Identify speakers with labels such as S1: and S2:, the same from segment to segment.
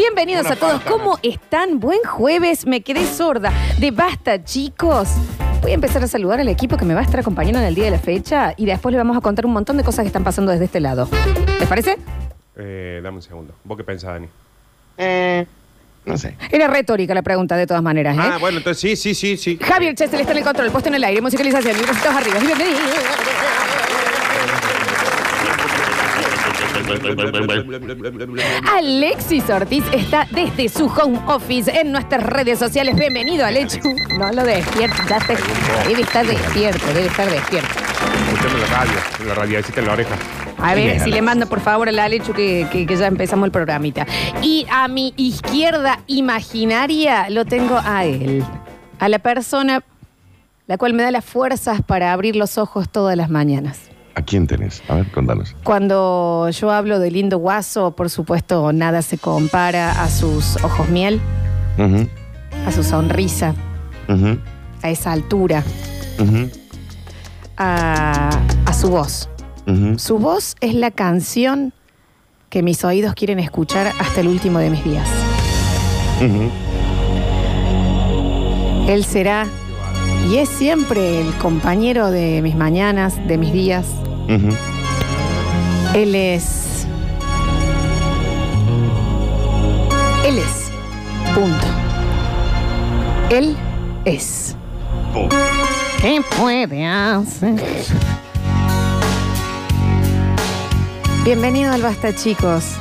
S1: Bienvenidos
S2: Una
S1: a todos.
S2: falta,
S1: ¿Cómo
S2: Nacho.
S1: están? Buen jueves. Me quedé sorda. De basta, chicos. Voy a empezar a saludar al equipo que me va a estar acompañando en el día de la fecha y después le vamos a contar un montón de cosas que están pasando desde este lado. ¿Les parece?
S2: Eh, dame un segundo. ¿Vos qué pensás, Dani?
S3: Eh, no sé.
S1: Era retórica la pregunta, de todas maneras. ¿eh?
S2: Ah, bueno, entonces sí, sí, sí, sí.
S1: Javier Chesel está en el control, puesto en el aire, musicalización, microcitos arriba. Y bienvenido. Alexis Ortiz está desde su home office en nuestras redes sociales. Bienvenido, Alechu. No lo despiertas. Debe estar despierto, debe estar despierto.
S2: Escuchame la radio, la radiecita en la oreja.
S1: A ver si le manda por favor a la Alechu que, que- que ya empezamos el programita. Y a mi izquierda imaginaria lo tengo a él, a la persona la cual me da las fuerzas para abrir los ojos todas las mañanas.
S3: ¿A quién tenés? A ver, contanos.
S1: Cuando yo hablo de lindo guaso, por supuesto, nada se compara a sus ojos miel,
S3: Ujú,
S1: a su sonrisa,
S3: ujú,
S1: a esa altura,
S3: ujú,
S1: a, a su voz.
S3: ujú.
S1: Su voz es la canción que mis oídos quieren escuchar hasta el último de mis días.
S3: Ujú.
S1: Él será y es siempre el compañero de mis mañanas, de mis días.
S3: Ujú.
S1: Él es... Él es. Punto. Él es.
S3: Pum.
S1: ¿Qué puede hacer? Bienvenido al Basta, chicos.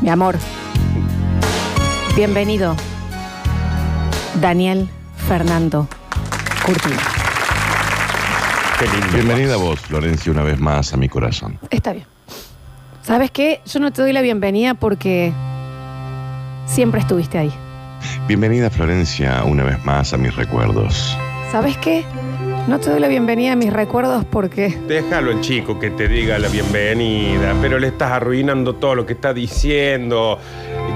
S1: Mi amor. Bienvenido. Daniel Fernando Curtino.
S2: Qué lindo.
S3: Bienvenida vos, Florencia, una vez más a mi corazón.
S1: Está bien. ¿Sabes qué? Yo no te doy la bienvenida porque siempre estuviste ahí.
S3: Bienvenida, Florencia, una vez más a mis recuerdos.
S1: ¿Sabes qué? No te doy la bienvenida a mis recuerdos porque
S2: Déjalo el chico que te diga la bienvenida, pero le estás arruinando todo lo que está diciendo.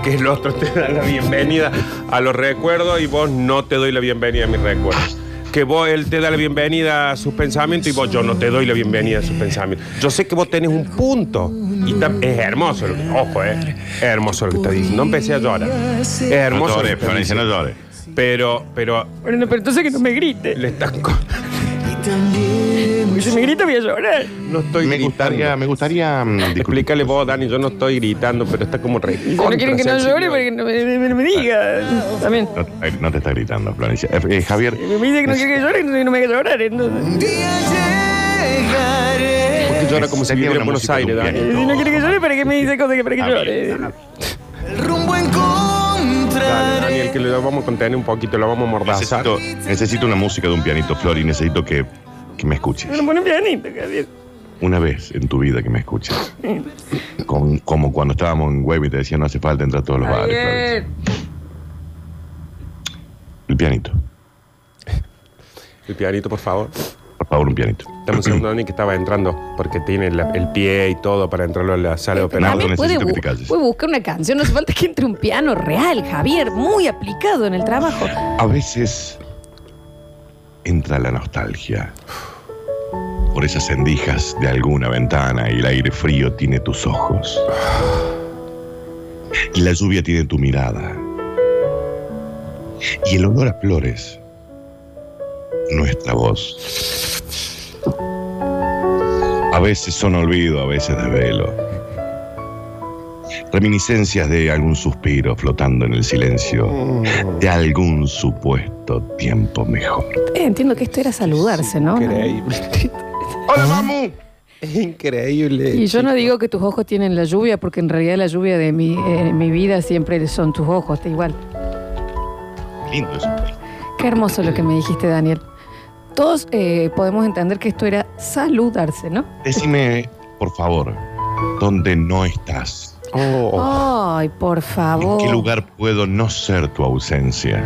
S2: Que el otro te da la bienvenida a los recuerdos y vos no te doy la bienvenida a mis recuerdos. Que vos, él te da la bienvenida a sus pensamientos y vos, yo no te doy la bienvenida a sus pensamientos. Yo sé que vos tenés un punto y está- es hermoso lo que, ojo, eh, es hermoso lo que está diciendo. No empecé a llorar. Es hermoso. lo que
S3: no llores,
S2: está
S3: Florencia, no
S2: diciendo.
S3: llores.
S2: Pero, pero,
S4: Bueno, pero entonces que no me grite.
S2: le estás. co-
S4: Porque si me grita voy a llorar.
S2: No estoy
S3: Me gustaría,
S2: gritando.
S3: me gustaría. mm, disculpa.
S2: Explícale vos, Dani, yo no estoy gritando, pero está como re.
S4: Si no quieren que no llore, porque no me, me- me diga. También.
S3: No, eh, no te está gritando, Florencia. Eh, eh, Javier.
S4: Si Me dice que no Mm, quiere que llore, entonces no me haga llorar. Entonces,
S2: Porque llora como si
S3: Sería
S2: viviera en
S3: una
S2: Buenos
S3: música
S2: Aires,
S3: de un
S2: Dani.
S4: si no quiere que llore, ¿para qué me dice cosas que para que llore?
S5: Rumbo
S2: Dani,
S5: encontraré.
S2: Daniel, que lo vamos a contener un poquito, lo vamos a mordazar.
S3: Necesito, necesito una música de un pianito, Flor, y necesito que, que me escuches.
S4: Bueno, pone un pianito, Javier.
S3: Una vez en tu vida que me escuches. Con- como cuando estábamos en Wave y te decía no hace falta entrar a todos los bares. Florencia. El pianito.
S2: El pianito, por favor.
S3: Por favor, un pianito.
S2: Dame un segundo, Dani, que estaba entrando, porque tiene la- el pie y todo para entrarlo a la sala de
S3: Bernardo,
S1: También
S2: operación.
S1: puede,
S3: necesito que te
S1: bu-
S3: calles.
S1: puede buscar una canción. No hace falta que entre un piano real, Javier. Muy aplicado en el trabajo.
S3: A veces entra la nostalgia por esas endijas de alguna ventana y el aire frío tiene tus ojos. Y la lluvia tiene tu mirada. Y el olor a flores, nuestra voz. A veces son olvido, a veces desvelo. Reminiscencias de algún suspiro flotando en el silencio de algún supuesto tiempo mejor.
S1: Eh, entiendo que esto era saludarse, ¿no?
S2: Increíble. ¡Hola, mamu! Es increíble.
S1: Y yo no digo que tus ojos tienen la lluvia, porque en realidad la lluvia de mi, eh, mi vida siempre son tus ojos, está igual.
S3: Lindo eso.
S1: Qué hermoso lo que me dijiste, Daniel. Todos eh, podemos entender que esto era saludarse, ¿no?
S3: Decime, por favor, ¿dónde no estás?
S2: Oh,
S1: Ay, por
S3: ¿En
S1: favor.
S3: qué lugar puedo no ser tu ausencia?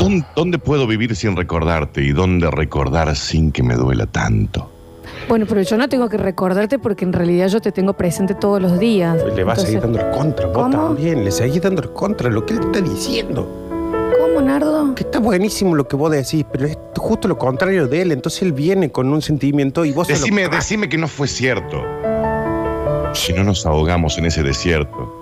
S3: ¿Dón- ¿Dónde puedo vivir sin recordarte y dónde recordar sin que me duela tanto?
S1: Bueno, pero yo no tengo que recordarte porque en realidad yo te tengo presente todos los días.
S2: Le vas a seguir
S1: Entonces,
S2: dando el contra, vos
S1: ¿Cómo?
S2: también. Le seguís dando el contra, lo que él está diciendo.
S1: ¿Cómo, Nardo?
S2: Que está buenísimo lo que vos decís, pero es justo lo contrario de él. Entonces él viene con un sentimiento y vos se lo-
S3: Decime, decime que no fue cierto. Si no nos ahogamos en ese desierto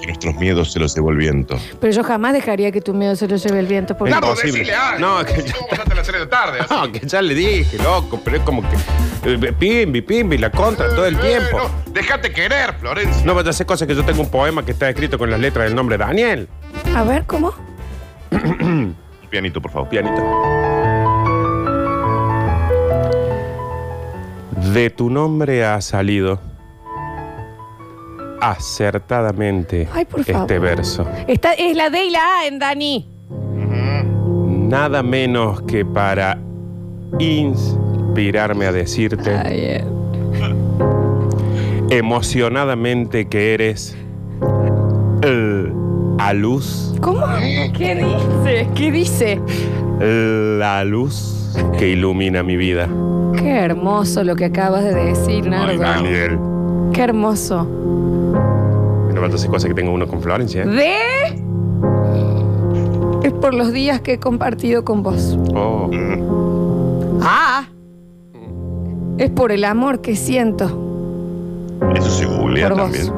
S3: que nuestros miedos se los llevó el viento.
S1: Pero yo jamás dejaría que tu miedo se lo lleve el viento. Porque...
S2: No,
S5: Vamos,
S2: Imposible.
S5: decirle
S3: ah,
S5: algo.
S2: No, que ya-
S5: Vamos hasta las 3 de la tarde. así.
S2: No, que ya le dije, loco, pero es como que. eh, Pimbi, pimbi, la contra todo el
S5: Eh,
S2: tiempo.
S5: no, dejate querer, Florencia.
S2: No vaya a hacer cosas que yo tengo un poema que está escrito con las letras del nombre de Daniel.
S1: A ver, ¿cómo?
S3: Pianito, por favor.
S2: Pianito. De tu nombre ha salido acertadamente
S1: Ay, por
S2: este
S1: favor.
S2: verso.
S1: Está, es la D y la A en Dani.
S2: Nada menos que para inspirarme a decirte
S1: eh.
S2: emocionadamente que eres el- a luz,
S1: ¿Cómo? ¿Qué dice? ¿Qué dice?
S2: la luz que ilumina mi vida.
S1: Qué hermoso lo que acabas de decir,
S3: Ay,
S1: Nardo.
S2: Daniel.
S1: Qué hermoso.
S2: No falta hacer cosas que tengo uno con Florencia. ¿eh?
S1: ¿De? Es por los días que he compartido con vos.
S2: Oh.
S3: Mm.
S1: Ah. Es por el amor que siento.
S3: Eso se googlea
S1: Por vos.
S3: también.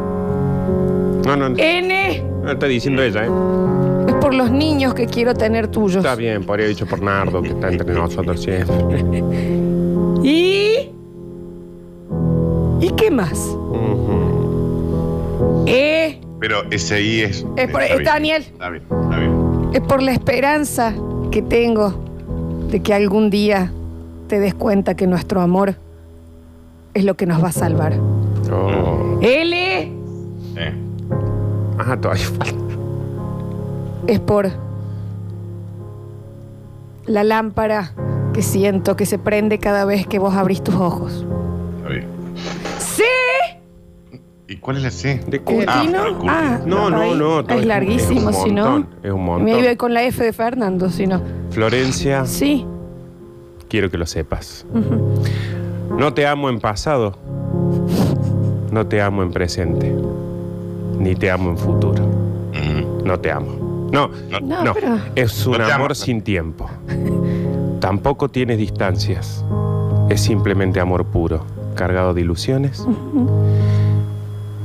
S2: No, no, no
S1: N.
S2: está diciendo ella, ¿eh?
S1: Es por los niños que quiero tener tuyos.
S2: Está bien, podría haber dicho por Nardo, que está entre nosotros siempre.
S1: ¿Y? ¿Y qué más?
S2: Ujú.
S1: E.
S3: Pero ese ahí es.
S1: Es por-
S3: está
S1: es
S3: bien,
S1: Daniel.
S3: Está bien, está bien.
S1: Es por la esperanza que tengo de que algún día te des cuenta que nuestro amor es lo que nos va a salvar.
S2: Oh.
S1: L
S3: Eh.
S2: Ah, todavía falta.
S1: es por la lámpara que siento que se prende cada vez que vos abrís tus ojos.
S3: Está bien.
S1: ¡Sí!
S3: ¿Y cuál es la C?
S2: ¿De
S1: ¿Curtino?
S2: cuál?
S3: Ah, por el curtino.
S2: No, no, no. todo
S1: Eh, Es larguísimo,
S2: es un
S1: si no.
S2: montón, Es un
S1: Me iba
S2: montón.
S1: con la F de Fernando, si no.
S2: Florencia,
S1: Sí.
S2: quiero que lo sepas. No te amo en pasado. No te amo en presente. Ni te amo en futuro.
S3: Mm.
S2: No te amo. No,
S3: No,
S1: No,
S2: No,
S1: pero.
S2: es un
S3: No te
S2: amor
S3: amo.
S2: sin tiempo. Tampoco tiene distancias. Es simplemente amor puro, cargado de ilusiones,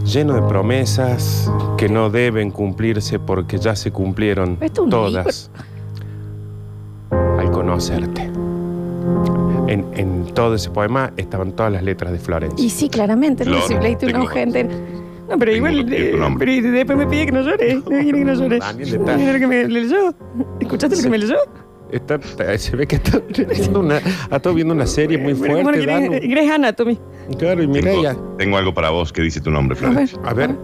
S2: lleno de promesas que no deben cumplirse porque ya se cumplieron
S1: Esto es un
S2: todas al conocerte. En, en todo ese poema estaban todas las letras de Florencia.
S1: Y sí, claramente, no
S3: Flor,
S1: si leíste una
S3: tengo-
S1: hoja entera. No, pero
S3: tengo
S1: igual.
S3: que decir tu
S1: eh,
S3: nombre.
S1: pero y después me pide que no llore. No quiere que no llore.
S2: Daniel, está-
S1: ¿Vieron lo que me leyó? ¿Escuchaste lo que me leyó?
S2: Está- está- se ve que está, viendo una, ha estado viendo una serie muy
S1: Bueno, bueno,
S2: fuerte.
S1: Grey's-
S2: Danu.
S1: Grey's Anatomy.
S2: Claro, y Mireia.
S3: Tengo, tengo algo para vos que dice tu nombre, Florencia.
S2: A ver.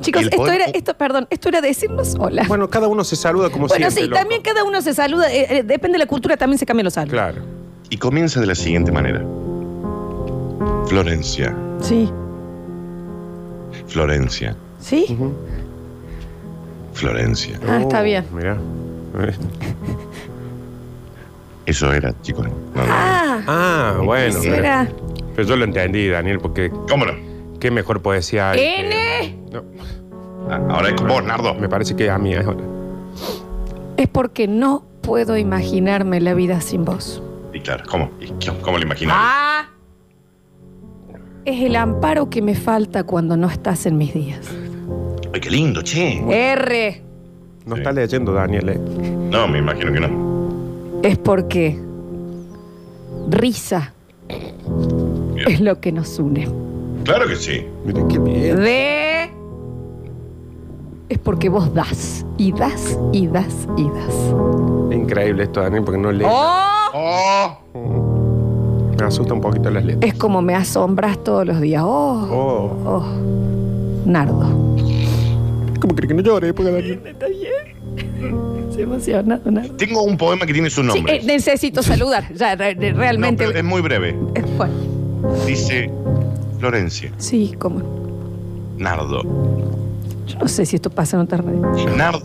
S1: Chicos,
S3: El
S1: esto
S3: poder-
S1: era, esto, perdón, esto era decirnos hola. Bueno,
S2: Bueno, cada uno se saluda como siempre.
S1: sí,
S2: loco.
S1: también cada uno se saluda. eh, eh, depende de la cultura, también se cambian los saludos.
S2: Claro.
S3: Y comienza de la siguiente manera. Florencia,
S1: Sí,
S3: Florencia,
S1: sí.
S3: Florencia.
S1: Ah, está bien.
S2: Mira.
S3: Eso era, chicos. No, no.
S1: Ah,
S2: Ah, bueno.
S1: eso
S2: pero-
S1: era.
S2: Pero yo lo entendí, Daniel, porque
S3: ¿Cómo no?
S2: qué mejor poesía. hay que-
S1: N
S2: No,
S3: Ah, ahora es con vos, Nardo.
S2: me parece que a mí. ¿eh? es-
S1: es porque no puedo imaginarme la vida sin vos.
S3: Y claro, ¿cómo? ¿Y qué- ¿Cómo lo imaginas?
S1: Ah. Es el amparo que me falta cuando no estás en mis días.
S3: Ay, qué lindo, che.
S1: R
S2: No
S3: Sí.
S2: está leyendo, Daniel. eh.
S3: No, me imagino que no.
S1: es porque risa es lo que nos une.
S3: Claro que sí.
S2: Mira qué bien.
S1: D es porque vos das y das y das y das.
S2: Increíble esto, Daniel, porque no lee. Mm.
S1: O
S5: Oh,
S2: Me asusta un poquito las letras.
S1: es como me asombras todos los días. Oh,
S2: Oh.
S1: oh. Nardo.
S2: ¿Cómo cree que no llore? Porque Daniel.
S1: ¿Está bien? Se emociona, Nardo.
S3: Tengo un poema que tiene su
S1: Sí,
S3: nombre.
S1: eh, necesito saludar. Ya, re- re-
S3: No,
S1: realmente.
S3: pero es muy breve.
S1: eh, bueno,
S3: Dice Florencia,
S1: sí, como.
S3: Nardo,
S1: Yo no sé si esto pasa en otra radio.
S3: Nardo,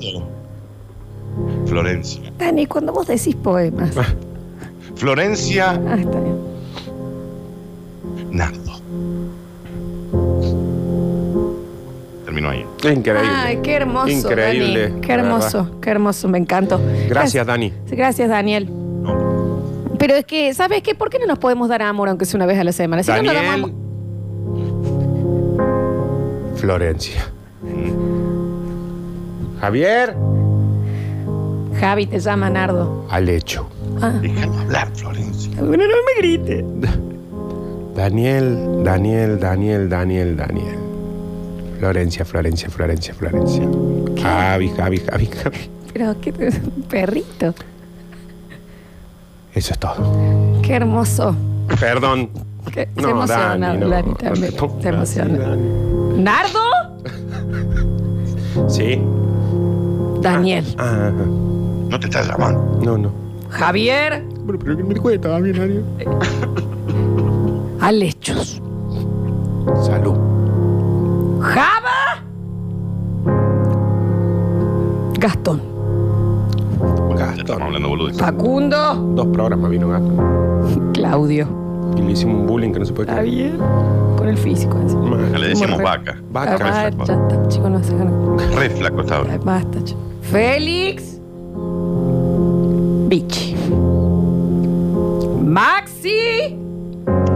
S3: Florencia,
S1: Dani, cuando vos decís poemas.
S2: Ah,
S3: Florencia,
S1: Ah, está bien.
S3: Nardo. Terminó ahí.
S2: Increíble.
S1: Ay, qué hermoso.
S2: Increíble.
S1: Dani. Qué hermoso,
S2: la
S1: qué hermoso, me encantó.
S2: verdad. Gracias, Dani.
S1: Gracias, Daniel.
S3: No,
S1: Pero es que, ¿sabes qué? ¿Por qué no nos podemos dar amor aunque sea una vez a la semana? Si no, no damos
S2: Daniel.
S1: amor.
S2: Florencia. Mm. Javier,
S1: Javi te llama Nardo.
S2: al hecho.
S3: Déjalo hablar, Florencia.
S1: Bueno, no me grites.
S2: Daniel, Daniel, Daniel, Daniel, Daniel. Florencia, Florencia, Florencia, Florencia. Javi, Javi, Javi, Javi.
S1: Pero qué perrito.
S2: Eso es todo.
S1: Qué hermoso.
S2: Perdón.
S1: Qué-
S2: No,
S1: se emociona,
S2: Dani, no.
S1: Dani también.
S2: No,
S1: Se emociona. ¿Nardo?
S2: Sí.
S1: Daniel.
S2: Ah,
S3: No te estás llamando.
S2: no, no.
S1: Javier.
S2: Bueno, pero que me cuenta, Javier, Daniel.
S1: Alechos.
S2: Salud.
S1: Java. Gastón.
S3: Ya Estamos hablando, boludo.
S1: Facundo.
S2: Dos programas vino Gato.
S1: Claudio.
S2: Y le hicimos un bullying que no se puede creer.
S1: Javier. Con el físico encima.
S3: Ya
S2: Mal.
S3: le decimos
S1: Como
S3: vaca.
S2: Vaca.
S1: Ah, basta, chicos, no se hagan-
S3: Re flaco estaba.
S1: Ay, Basta, chicos. Félix. Bichi. Maxi.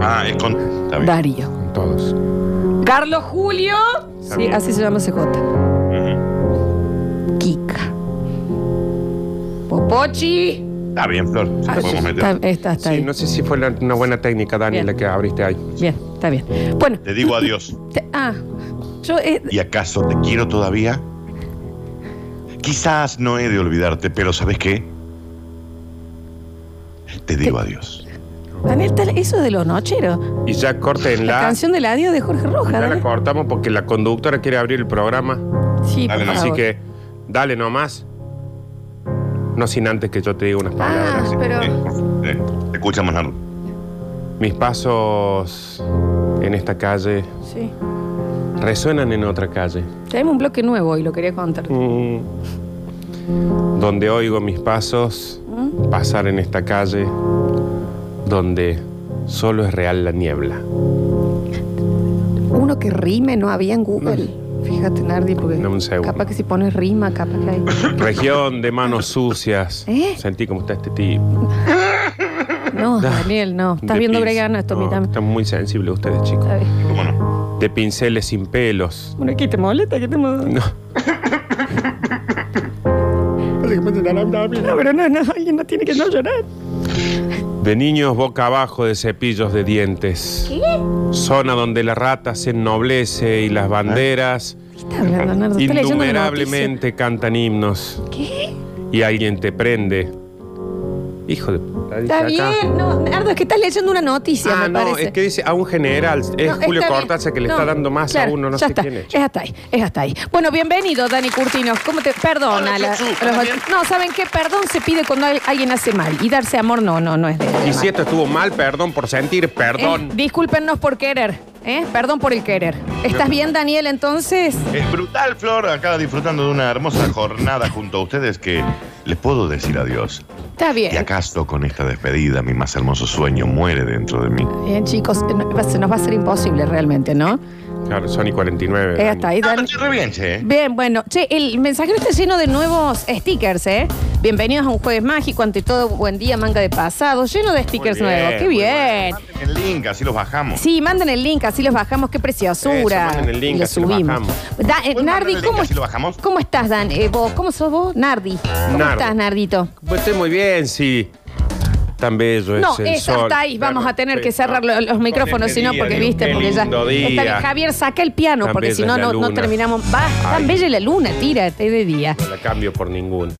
S3: Ah, es con. Está bien.
S1: Darío.
S2: Con todos.
S1: Carlos Julio. Sí, así se llama CJ.
S3: Ujú.
S1: Kika. Popochi.
S3: Está bien, Flor. Se
S1: Ah,
S3: lo podemos meter.
S1: está, está, está
S2: Sí,
S1: bien.
S2: no sé si fue la- una buena técnica, Dani,
S1: Bien.
S2: la que abriste ahí.
S1: Bien, está bien. Bueno,
S3: Te digo adiós.
S1: te- ah, yo eh,
S3: ¿Y acaso te quiero todavía? Quizás no he de olvidarte, pero ¿sabes qué? Te digo adiós.
S1: Daniel, tal- eso es de los nocheros.
S2: Y ya corten
S1: La
S2: la.
S1: canción del adiós de Jorge Rojas.
S2: Ya la
S1: Daniel.
S2: cortamos porque la conductora quiere abrir el programa.
S1: Sí,
S3: Dale,
S1: por
S3: no,
S2: Así
S1: favor.
S2: que, dale nomás. No sin antes que yo te diga unas palabras.
S1: Ah, pero
S3: Eh, por favor, eh, te escuchamos, Nardo.
S2: Mis pasos en esta calle
S1: sí.
S2: resuenan en otra calle.
S1: Tenemos un bloque nuevo y lo quería contar.
S2: Mm. Donde oigo mis pasos
S1: Mm.
S2: pasar en esta calle donde solo es real la niebla.
S1: Uno que rime no había en Google. Fíjate, Nardi, porque
S2: Dame un segundo.
S1: capaz que si pones rima, capaz que hay.
S2: Región de manos sucias.
S1: ¿Eh?
S2: Sentí como está este tipo.
S1: No, Daniel, no. Estás
S2: De
S1: viendo
S2: pin-
S1: Bregana, esto a mí
S2: No,
S1: también.
S2: Están muy sensibles ustedes, chicos.
S1: Está bien.
S3: ¿Cómo no?
S2: De pinceles sin pelos.
S1: Bueno, aquí te molesta, que te molesta.
S2: No.
S1: No, pero no, no, alguien no tiene que no llorar.
S2: De niños boca abajo de cepillos de dientes. Zona donde la rata se ennoblece y las banderas
S1: Está hablando, Nardo. Está ¿Eh? leyendo una noticia.
S2: innumerablemente cantan himnos.
S1: ¿Qué?
S2: Y alguien te prende. Hijo de... puta, dice
S1: Está
S2: acá.
S1: bien, no, Nardo, es que estás leyendo una noticia, me
S2: Ah, no,
S1: parece.
S2: es que dice a un general. Es
S1: No,
S2: Julio
S1: está bien.
S2: Cortázar que le
S1: No,
S2: está dando más
S1: claro,
S2: a uno, no
S1: ya
S2: sé
S1: está.
S2: quién es.
S1: Es hasta ahí, es hasta ahí. Bueno, bienvenido, Dani Curtinos. ¿Cómo te perdona?
S5: Hola,
S1: la-
S5: Flochu,
S1: los-
S5: ¿estás bien?
S1: no, ¿saben qué? Perdón se pide cuando al- alguien hace mal. Y darse amor, no, no, no es de.
S2: Y si esto estuvo mal, perdón por sentir,
S1: Eh,
S2: perdón.
S1: discúlpenos por querer, ¿eh? Perdón por el querer. ¿Estás bien, Daniel, entonces?
S3: Es brutal, Flor, acá disfrutando de una hermosa jornada junto a ustedes que les puedo decir adiós.
S1: Está bien.
S3: Y acaso con esta despedida mi más hermoso sueño muere dentro de mí.
S1: Bien, chicos, eh, no- va- se nos va a ser imposible realmente, ¿no?
S2: Claro, Sony 49.
S1: Es
S2: Dani.
S1: Eh. hasta ahí,
S3: Ah, pero
S1: Dani.
S3: estoy re bien, che. ¿eh?
S1: Bien, bueno, che, el mensajero está lleno de nuevos stickers, ¿eh? Bienvenidos a un jueves mágico, ante todo, buen día, manga de pasado, lleno de stickers
S2: bien,
S1: nuevos, qué
S2: muy
S1: bien.
S3: Manden el link, así los bajamos.
S1: Sí, manden el link, así los bajamos, qué preciosura.
S2: Eso, manden el link,
S1: y lo
S2: así lo
S1: subimos.
S2: bajamos.
S1: Da- eh,
S3: ¿Pueden mandar
S1: Nardi,
S3: el link,
S1: ¿cómo,
S3: así lo bajamos?
S1: ¿cómo estás, Dan? Eh, vos, ¿Cómo sos vos? Nardi. ¿Cómo
S2: Nardo.
S1: estás, Nardito?
S2: Pues estoy muy bien, sí. Tan bello
S1: No,
S2: es el
S1: es
S2: sol.
S1: hasta ahí. Vamos
S2: Claro,
S1: a tener
S2: sí,
S1: que cerrar
S2: no.
S1: lo- los
S2: Con
S1: micrófonos,
S2: este
S1: si no,
S2: día,
S1: porque
S2: digo,
S1: viste,
S2: qué
S1: porque ya.
S2: lindo día.
S1: Está bien, Javier, saca el piano,
S2: Tan
S1: porque si
S2: bella
S1: no,
S2: es la
S1: no, no
S2: luna.
S1: terminamos. Va, tan
S2: Ay.
S1: bella la luna, tírate de día.
S2: No la cambio por ningún.